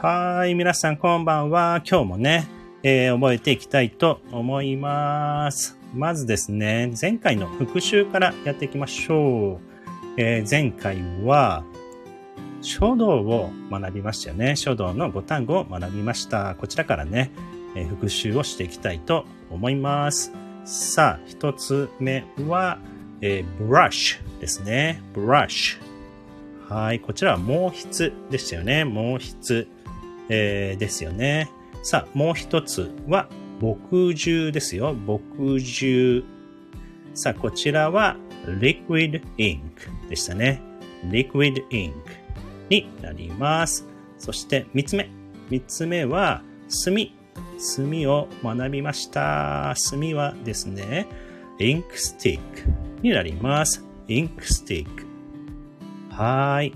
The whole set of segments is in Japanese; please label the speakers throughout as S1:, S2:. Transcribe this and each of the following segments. S1: はーい、皆さんこんばんは。今日もね、えー覚えていきたいと思います。まずですね、前回の復習からやっていきましょう。えー前回は、書道を学びましたよね。書道の5単語を学びました。こちらからね、えー復習をしていきたいと思います。さあ、一つ目は、えー、ブラッシュですね。ブラッシュ。はい。こちらは毛筆でしたよね。毛筆、えーですよね。さあ、もう一つは、墨汁ですよ。墨汁。さあ、こちらは、liquid ink でしたね。liquid ink になります。そして、三つ目。三つ目は、墨。墨を学びました。墨はですね、インクスティックになります。インクスティック。はーい。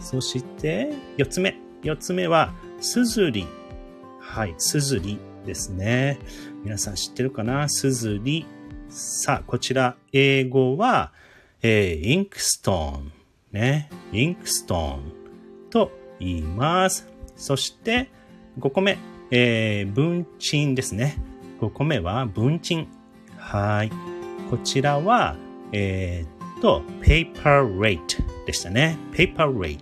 S1: そして、四つ目。四つ目は、すずり。はい、すずりですね。皆さん知ってるかなすずり。さあ、こちら、英語は、えーインクストーン。ね。インクストーンと言います。そして、5個目、えー文鎮ですね。5個目は文鎮。はい。こちらは、えーっと、paper rate でしたね。paper rate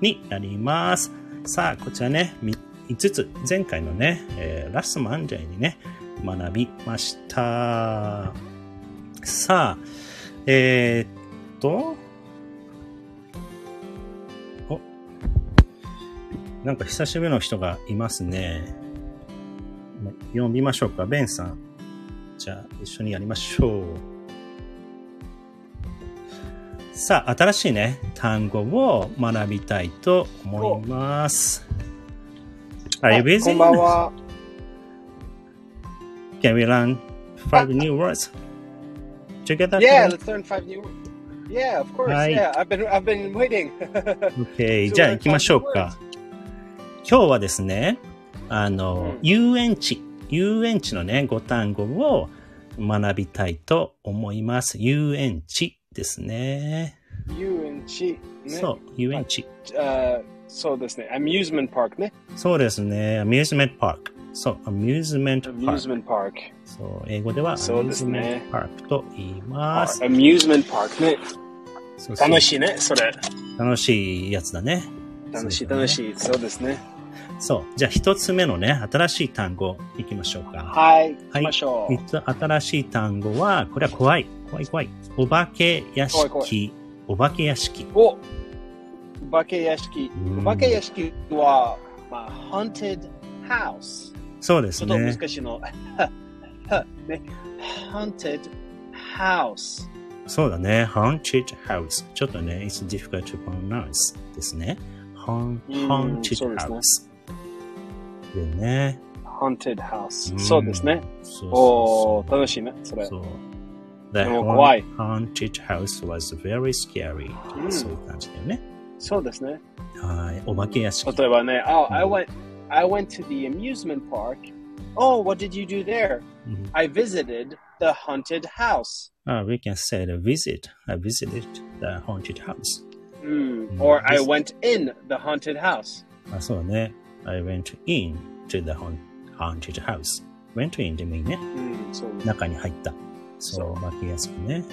S1: になります。さあ、こちらね、み5つ、前回のね、えーラストマンジャイにね、学びました。さあ、えーっと、お、なんか久しぶりの人がいますね。読みましょうか、ベンさん。じゃあ、一緒にやりましょう。さあ、新しいね、単語を学びたいと思います。Are you
S2: あ
S1: busy?
S2: こんばんは。
S1: Can we learn five new words together?
S2: Yeah, let's learn five new. Yeah, of course.
S1: はい
S2: Yeah, I've been I've been waiting.
S1: OK。
S2: So
S1: じゃあ行きましょうか。今日はですね、あの、
S2: うん
S1: 遊園地。遊園地のね、5単語を学びたいと思います。遊園地ですね。
S2: you and she. ね、
S1: そう、遊園地。
S2: Uh, そうですね。amusement park ね。
S1: そうですね。アミューズメントパーク。そう、アミューズメントパーク。
S2: amusement park.
S1: そう、英語ではアミ
S2: そ
S1: ュ
S2: う
S1: ー
S2: で
S1: ズ
S2: す
S1: メ
S2: ね
S1: ントパークと言います。
S2: amusement park ね。
S1: そうそう
S2: 楽しいね、それ。
S1: 楽しいやつだね。
S2: 楽し
S1: そ
S2: い、
S1: うで
S2: 楽
S1: す
S2: しい。そうですね。
S1: そう。じゃあ一つ目のね、新しい単語いきましょうか。
S2: はい、行きま しょう。
S1: 三つ新しい単語は、これは怖い。怖い怖い。お化け屋敷。
S2: 怖い怖
S1: お化け屋敷。
S2: おお化け屋敷
S1: う。ん
S2: お化け屋敷は、まあ、haunted house。
S1: そうで
S2: ちょ
S1: す
S2: っと
S1: ね。
S2: 難しい の。ね、haunted house。
S1: そうだね。haunted house。ちょっとね、it's difficult to pronounce ですね。haun-
S2: うん
S1: haunted
S2: そうですね
S1: house。でね。
S2: haunted house、
S1: うん
S2: Mm. そうですね。
S1: そう
S2: お
S1: そ
S2: お
S1: う
S2: ー、楽しいね、そ
S1: そう。
S2: れ。
S1: そう。
S2: で
S1: The
S2: も怖い
S1: haunted house was very scary.
S2: うん
S1: そういう感じだよね。
S2: そうですね。
S1: はい。お化け屋敷。
S2: 例えばね、oh, I
S1: うん
S2: went, I went to the amusement park. Oh, what did you do there?
S1: うん
S2: I visited the haunted house.
S1: Uh, we can say the visit. I visited the haunted house.
S2: うん
S1: うん
S2: Mm. Or I
S1: Vis-
S2: went in the haunted house.
S1: あそうね。I went in to the haun- haunted house. Went in でもいいね。
S2: うんそうです
S1: 中に入った。そう、お化け屋敷ね。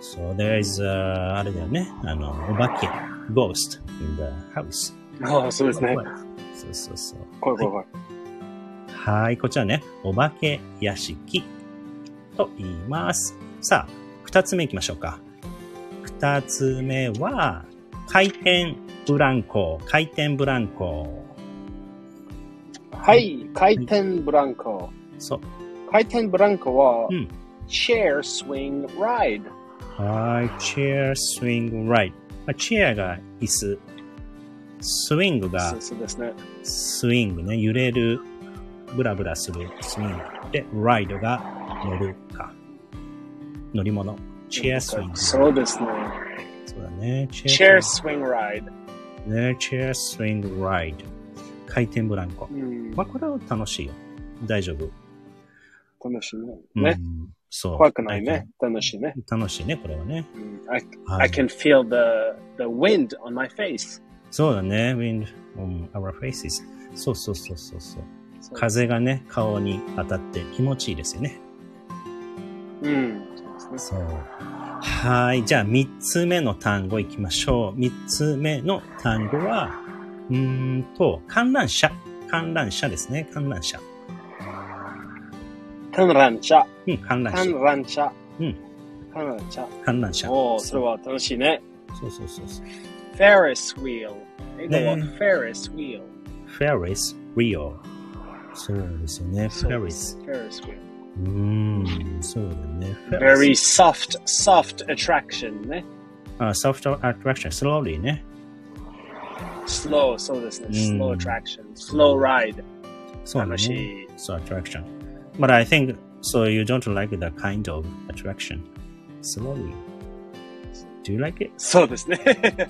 S1: So there is, uh, あれだよね。あの、お化け。ghost in the house.
S2: あー そうです ね。
S1: そうそうそう。
S2: 怖い怖い怖い。
S1: はい、こちらね、お化け屋敷と言います。さあ、二つ目行きましょうか。二つ目は、回転ブランコ、回転ブランコ。
S2: はい、回転ブランコ。
S1: そう。
S2: 回転ブランコは、
S1: うん
S2: chair swing ride。
S1: はい、チェアスイングライト。チェアが椅子。スイングが
S2: そうそうですね。
S1: スイングね、揺れる、ブラブラするスイング。で、ライドが乗るか。乗り物。チェアスイング。
S2: そうですね。
S1: そうだね。チ
S2: chair swing ride。
S1: ね、チェアスイングライド。回転ブランコ
S2: う。ん
S1: まあ、これは楽しいよ。大丈夫。
S2: 楽しいね。
S1: うん
S2: ね。
S1: そう。
S2: 怖くないね。楽しいね。
S1: 楽しいね、これはね。
S2: うん I,
S1: は
S2: I
S1: い
S2: can feel the, the wind on my face.
S1: そうだね。wind on our faces. そうそうそうそうそう。
S2: So,
S1: 風がね、顔に当たって気持ちいいですよね。
S2: mm, so it's this-
S1: そう。はい。じゃあ、三つ目の単語いきましょう。三つ目の単語は、うーんと、観覧車。観覧車ですね。観覧車。
S2: 観覧車。
S1: うん、観覧車。
S2: 観覧車。
S1: うん。
S2: 観覧車。
S1: 観覧車。そう
S2: おー、それは楽しいね。
S1: そうそうそうそう。
S2: Ferris wheel.
S1: ね。
S2: 英語は Ferris wheel.
S1: Ferris wheel。そうですよね。
S2: そう
S1: Ferris。
S2: Ferris wheel.
S1: うーん、そうだね。
S2: Very soft, soft attraction ね。
S1: あ、soft Uh, attraction。slowly ね。
S2: slow, そうですね。
S1: うん
S2: slow attraction, slow ride.
S1: そうだ
S2: 楽し
S1: ね。mm,
S2: い。
S1: So attraction. But I think, so you don't like that kind of attraction. Slowly. Do you like it?
S2: そうで すね。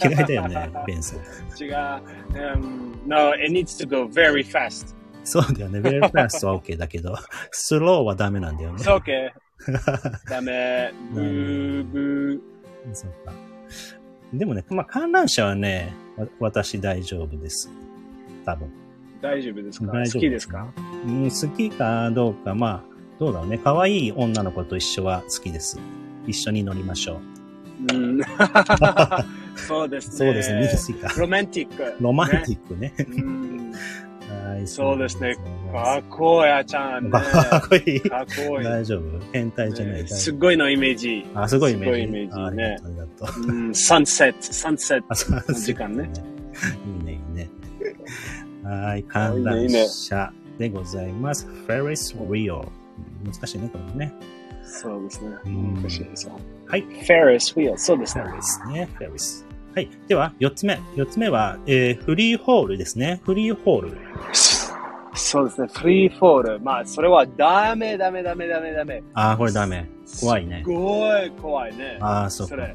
S1: 嫌いだよね、ベンさん。
S2: 違う。Um, no, it needs to go very fast.
S1: そうだよね。very fast は OK だけど、スローはダメなんだよね。
S2: It's okay. ダメ。ブーブ
S1: そうか。でもね、まあ観覧車はね、わ私大丈夫です。多分。
S2: ー。大丈夫ですか
S1: 大丈夫
S2: 好きですか
S1: うん、好きかどうか、まあ、どうだろうね。可愛い女の子と一緒は好きです。一緒に乗りましょう。
S2: うんそうですね。
S1: そうですね、好きか。
S2: ロマンティック。
S1: ロマンテ
S2: ィ
S1: ィックね。
S2: ック。うん
S1: はい
S2: そうですね。か
S1: か
S2: っこやちゃん ね。
S1: かっこいい。
S2: かっこいい。
S1: 大丈夫変態じゃない。大
S2: ね
S1: 丈夫
S2: すっごいのイメージ。
S1: あ、すごいイメージ。
S2: すごいイメージ
S1: ああり
S2: ね
S1: がとう、ありがとう。
S2: うん、サンセット、サンセット。
S1: あ、そう
S2: 時間ね。
S1: いいね、いいね。 はい、観覧車でございます。Ferris wheel。難しいね、これもね。
S2: そうですね。
S1: うん
S2: 難しいですよ。
S1: はい。
S2: Ferris wheel、そうですね。
S1: Ferris ね、Ferris。はい。では、四つ目。四つ目は、えー、フリーホールですね。フリーホール。
S2: そうですね。フリーフォール。まあ、それはダメ、ダメ、ダメ、ダメ、ダメ。
S1: あー、これダメ。怖いね
S2: すごい怖いね。
S1: あー、そうか。
S2: れ。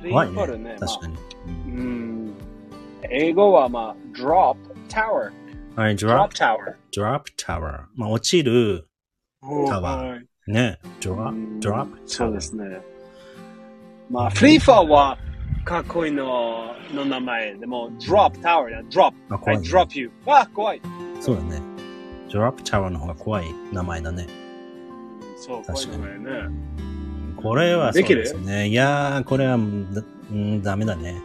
S2: フリ
S1: 怖
S2: ーフォール
S1: い
S2: ね
S1: ね。。確か
S2: に。
S1: に。うん
S2: うん。英語はまあ、drop tower。
S1: はい、ドラッ
S2: drop
S1: プ、
S2: tower。
S1: ドラップタワー。まあ、落ちる、タワー
S2: ー。
S1: ね。ドラ
S2: う、ん
S1: ドラップタワー。
S2: そうですね。まあ、フリーフォールはかっこいいのの名前。でも、drop tower だ。drop。
S1: あ、怖
S2: I
S1: いね。
S2: drop you. あ、怖い。
S1: そうだね。ドラップタワーの方が怖い名前だね。
S2: そう、怖い
S1: 確か
S2: の
S1: に
S2: がね。
S1: これはそう
S2: できる
S1: ですね。いやー、これは、んだんダメだね。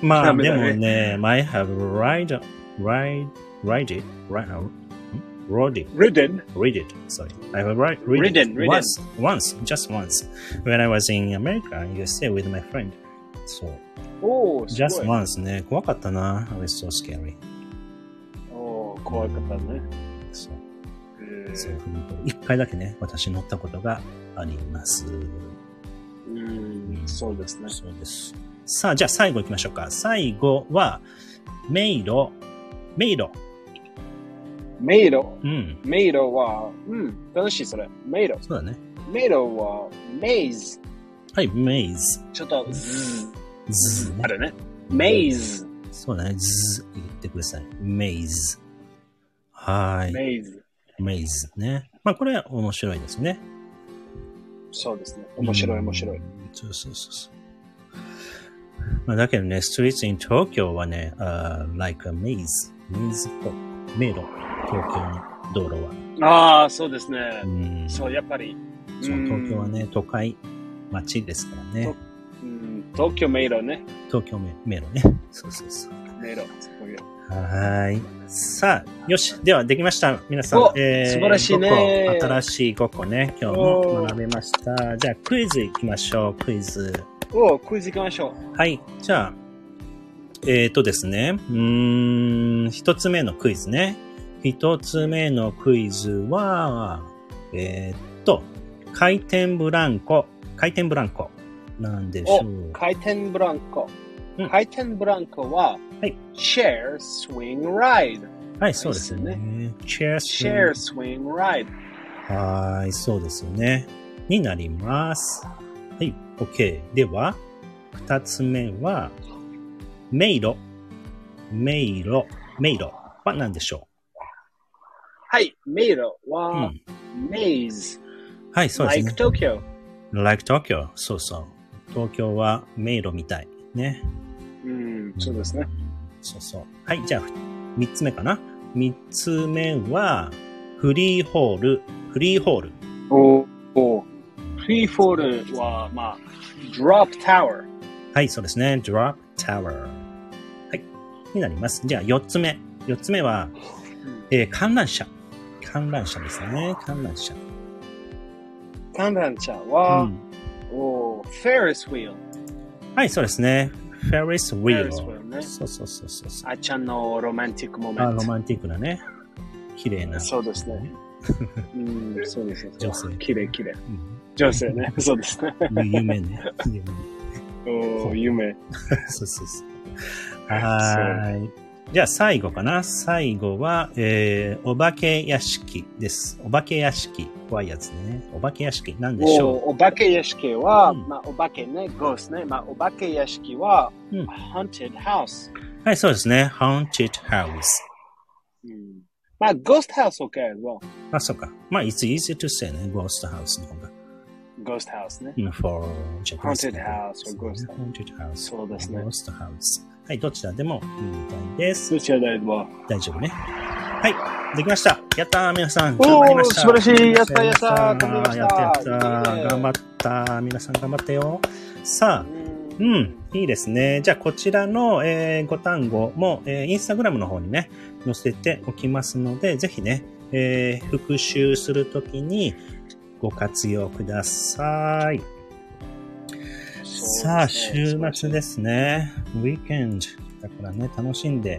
S1: まあ、
S2: ダメ
S1: で
S2: だ
S1: も
S2: ね
S1: ね、I have ride, ride, ride it, ride, ん rode it,
S2: ridden.
S1: read it, sorry. I have ride, read it
S2: Ridden, ridden.
S1: once, once, just once. When I was in America, in USA with my friend. そう。
S2: おー、す
S1: just
S2: ごい。
S1: once ね。怖かったな。I was so scary.
S2: おー、怖かったね。
S1: そう。
S2: えー
S1: そう一回だけね、私乗ったことがあります。
S2: うん、そうですね。
S1: そうです。さあ、じゃあ最後行きましょうか。最後は、迷路。迷路。
S2: 迷路。
S1: うん。
S2: 迷路は、うん、楽しいそれ。迷路。
S1: そうだね。
S2: 迷路は、メイズ。
S1: はい、メイズ。
S2: ちょっと、ズ
S1: ズー
S2: ー。あ
S1: ね。
S2: るね。メイズ。
S1: そうだね。ズー言ってください。メイズ。はーい。
S2: メイズ。
S1: メイズね。まあ、これは面白いですね。
S2: そうですね。面白い、面白い。。
S1: そうそうそうそう。まあ、だけどね、streets in Tokyo はね、あー like a maze. 水と迷路。東京の道路は。
S2: ああ、そうですね
S1: う。ん。
S2: そ
S1: そう
S2: う、やっぱり。うん
S1: 東京は。ね、都会、街ですからね。
S2: うん、東京迷路ね。
S1: 東京迷迷路ね。そうそうそう。
S2: 迷路。
S1: はーい。さあ、よし。では、できました。皆さん
S2: お。
S1: え
S2: 素晴らしいね
S1: 5個新しい5個ね。今日も学べました。じゃあ、クイズいきましょう。クイズ。
S2: おークイズ行きましょう。
S1: はい。じゃあ、えっ、とですね。うーん、一つ目のクイズね。一つ目のクイズは、えーっと、回転ブランコ。回転ブランコ。なんでしょ
S2: お
S1: う。
S2: 回転ブランコ
S1: うん。
S2: 回転ブランコは、
S1: はい、
S2: share swing ride。
S1: はい、そうですよね。チェアス。
S2: share swing ride。
S1: はい、そうですよね。になります。はい、OK。では、二つ目は、迷路。迷路。迷路は何でしょ
S2: はい、迷路
S1: う、う
S2: は、
S1: ん、
S2: maze。
S1: はい、そうです
S2: like
S1: ね。
S2: Tokyo。
S1: Like Tokyo. そうそう。東京は迷路みたい。ね。
S2: うん、そうですね。
S1: そうそう。はい、じゃあ、三つ目かな。三つ目は、フリーホール。フリーホール。
S2: おお。フリーフォールは、まあ、ドロップタワー。
S1: はい、そうですね。drop tower。はい、になります。じゃあ、四つ目。四つ目は、えー観覧車。観覧車ですね。観覧車。
S2: 観覧車
S1: う
S2: は、
S1: ん、
S2: おフェリスウィール。
S1: はい、そうですね。Ferris wheel。
S2: Ferris wheel ね
S1: そうそうそうそうそう。
S2: あっちゃんのロマンティックモメ
S1: あ
S2: ン
S1: ロ
S2: ト。
S1: マンティックなね。綺麗な。
S2: そうですね。うん、そうですね。
S1: 女性
S2: きれいきれい。
S1: う
S2: 女性ね。そうですね。
S1: ん。夢ね。夢。
S2: おお、夢。
S1: そうそうそう。はーい。じゃあ最後かな。最後は、えー、お化け屋敷です。お化け屋敷。怖いやつね。お化け屋敷。なんでしょ
S2: おお化け屋敷は、
S1: うん
S2: まあ、お化けね、ゴースね。まあ、お化け屋敷は、
S1: うん
S2: haunted house。
S1: うはい、そうですね。Haunted House。
S2: うんまあ、ghost house okay as well.
S1: あ、そうか。まあ、it's easy to say ね。Ghost House の方が。
S2: ghost house ね。
S1: うん for Japanese
S2: Haunted house or ghost house
S1: Haunted House.
S2: そうですね
S1: Ghost House。はい、どちらでもいいみたいです。
S2: どちらでも。
S1: 大丈夫ね。はい、できました。やったー、皆さん。
S2: おー
S1: 頑張りました。
S2: 素晴らしいやったやった
S1: や
S2: 頑張りました
S1: やったやった。
S2: いいね
S1: 頑張った。皆さん頑張ってよ。さあ、
S2: う
S1: うん、いいですね。じゃあ、こちらの、えーご単語も、えーインスタグラムの方にね、載せておきますので、ぜひね、えー復習するときにご活用ください。さあ、
S2: そう
S1: 週末ですすね。ウィーケンド。だからね、楽しんで。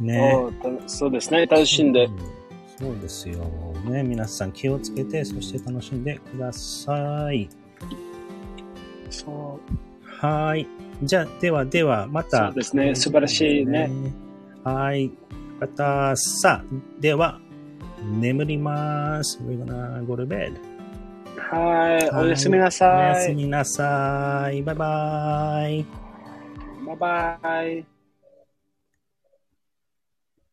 S2: ね。
S1: ね。
S2: おーたそうですね。楽しんで
S1: う。そうですよ。ね、皆さん気をつけて、そして楽しんでください。
S2: そう
S1: はい。じゃあ、ではでは、また。
S2: そうですね素晴らしいね。
S1: はい。また、さあ、では、眠ります。We're gonna go to bed.
S2: はい、
S1: はい
S2: おやすみな
S1: お
S2: さ
S1: やす
S2: い。
S1: みなさい。バイバイ。
S2: バイバイ。